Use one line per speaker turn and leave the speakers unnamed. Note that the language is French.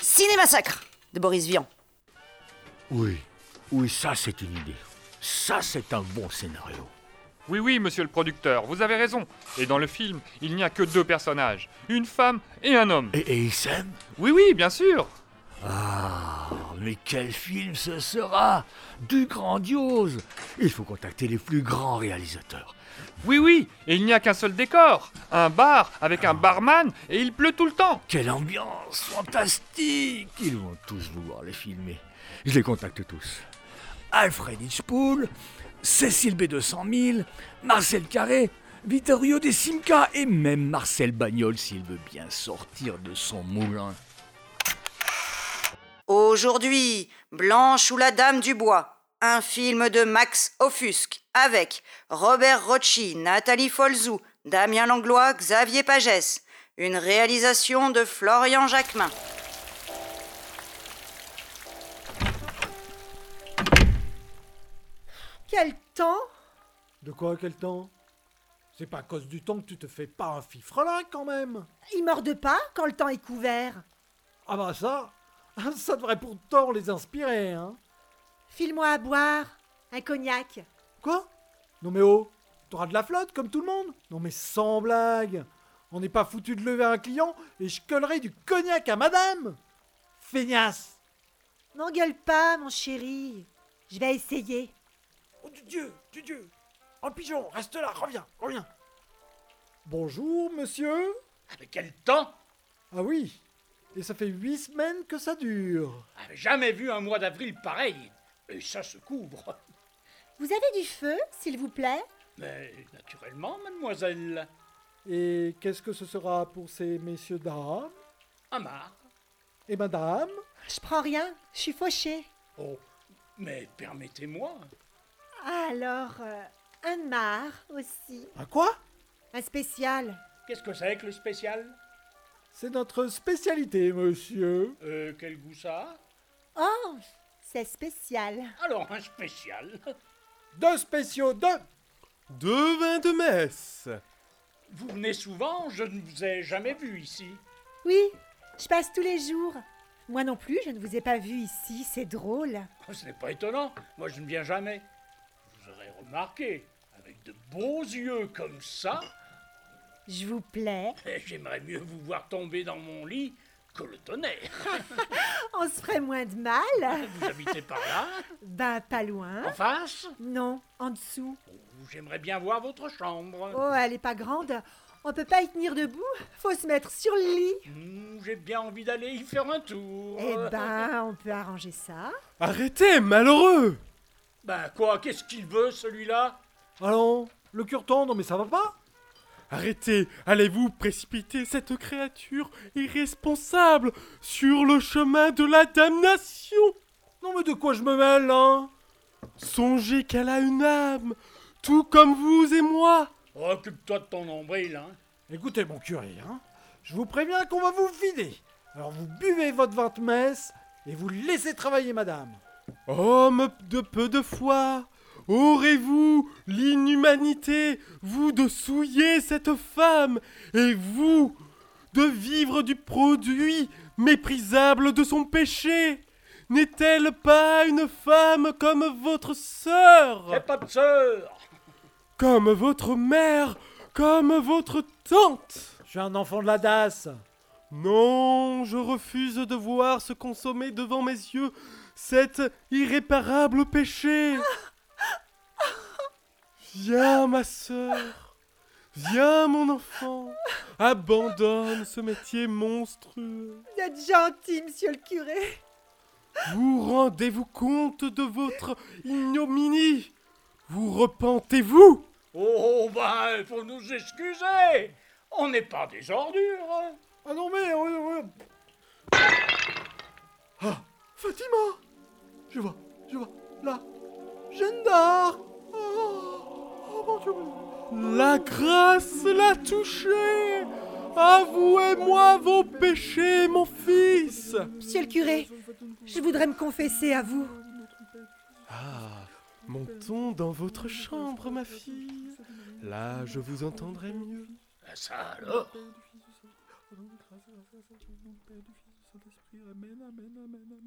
Ciné-massacre de Boris Vian.
Oui, oui, ça c'est une idée. Ça c'est un bon scénario.
Oui, oui, monsieur le producteur, vous avez raison. Et dans le film, il n'y a que deux personnages, une femme et un homme.
Et, et ils s'aiment
Oui, oui, bien sûr.
Ah, mais quel film ce sera Du grandiose Il faut contacter les plus grands réalisateurs.
Oui, oui, et il n'y a qu'un seul décor, un bar avec un barman et il pleut tout le temps.
Quelle ambiance fantastique Ils vont tous vouloir les filmer. Je les contacte tous.
Alfred Hitchpool, Cécile B200000, Marcel Carré, Vittorio De Simca et même Marcel Bagnol s'il veut bien sortir de son moulin.
Aujourd'hui, Blanche ou la Dame du Bois, un film de Max Offusque avec Robert Rocchi, Nathalie Folzou, Damien Langlois, Xavier Pagès, une réalisation de Florian Jacquemin.
Quel temps
De quoi quel temps C'est pas à cause du temps que tu te fais pas un fifrelin quand même
Il morde pas quand le temps est couvert.
Ah bah ça, ça devrait pourtant les inspirer, hein
File-moi à boire, un cognac.
Quoi Non mais oh, t'auras de la flotte comme tout le monde Non mais sans blague On n'est pas foutu de lever un client et je collerai du cognac à madame Feignasse
N'engueule pas, mon chéri. Je vais essayer.
Oh du Dieu, du Dieu En pigeon, reste là, reviens, reviens Bonjour, monsieur
Mais quel temps
Ah oui Et ça fait huit semaines que ça dure
J'avais Jamais vu un mois d'avril pareil. Et ça se couvre.
Vous avez du feu, s'il vous plaît
Mais naturellement, mademoiselle.
Et qu'est-ce que ce sera pour ces messieurs dames Eh ben,
Amar.
et madame
Je prends rien, je suis fauchée.
Oh, mais permettez-moi.
Alors, euh, un mar aussi.
À quoi
Un spécial.
Qu'est-ce que c'est que le spécial
C'est notre spécialité, monsieur.
Euh, quel goût ça
Oh, c'est spécial.
Alors, un spécial.
Deux spéciaux, deux
Deux vins de messe.
Vous venez souvent, je ne vous ai jamais vu ici.
Oui, je passe tous les jours. Moi non plus, je ne vous ai pas vu ici, c'est drôle.
Oh, Ce n'est pas étonnant, moi je ne viens jamais. Vous aurez remarqué, avec de beaux yeux comme ça, eh,
Je vous plais.
j'aimerais mieux vous voir tomber dans mon lit que le tonnerre.
On se ferait moins de mal.
Vous habitez par là,
Ben, pas loin.
en face
Non, en dessous.
Oh, J'aimerais bien voir votre chambre.
Oh, elle est pas grande. On peut pas y tenir debout. Faut se mettre sur le lit.
Mmh, J'ai bien envie d'aller y faire un tour.
Eh ben, on peut arranger ça.
Arrêtez, malheureux
Ben quoi, qu'est-ce qu'il veut celui-là
Allons, le cure tendre, mais ça va pas
Arrêtez, allez-vous précipiter cette créature irresponsable sur le chemin de la damnation
Non mais de quoi je me mêle, hein
Songez qu'elle a une âme, tout comme vous et moi.
Occupe-toi de ton nombril, hein.
Écoutez, mon curé, hein, je vous préviens qu'on va vous vider. Alors vous buvez votre vin de messe et vous laissez travailler, madame.
Homme de peu de foi, aurez-vous l'inhumanité, vous, de souiller cette femme, et vous, de vivre du produit méprisable de son péché N'est-elle pas une femme comme votre
Y'a
sœur,
pas de sœur
comme votre mère, comme votre tante
Je suis un enfant de la DAS.
Non, je refuse de voir se consommer devant mes yeux cet irréparable péché. Viens, ma sœur. Viens, mon enfant. Abandonne ce métier monstrueux.
Vous êtes gentil, monsieur le curé.
Vous rendez-vous compte de votre ignominie Vous repentez-vous
Oh, oh, ben, faut nous excuser On n'est pas des ordures hein.
Ah non mais... oui, oui. Ah, Fatima Je vois, je vois, là. Jeanne d'Arc Oh, oh, mon Dieu, mon Dieu.
La grâce l'a touché. Avouez-moi vos péchés, mon fils.
Monsieur le curé, je voudrais me confesser à vous.
Ah, montons dans votre chambre, ma fille. Là, je vous entendrai mieux.
Ben, Ça alors
Père, du Fils, du Saint-Esprit. Amen, amen, amen, amen.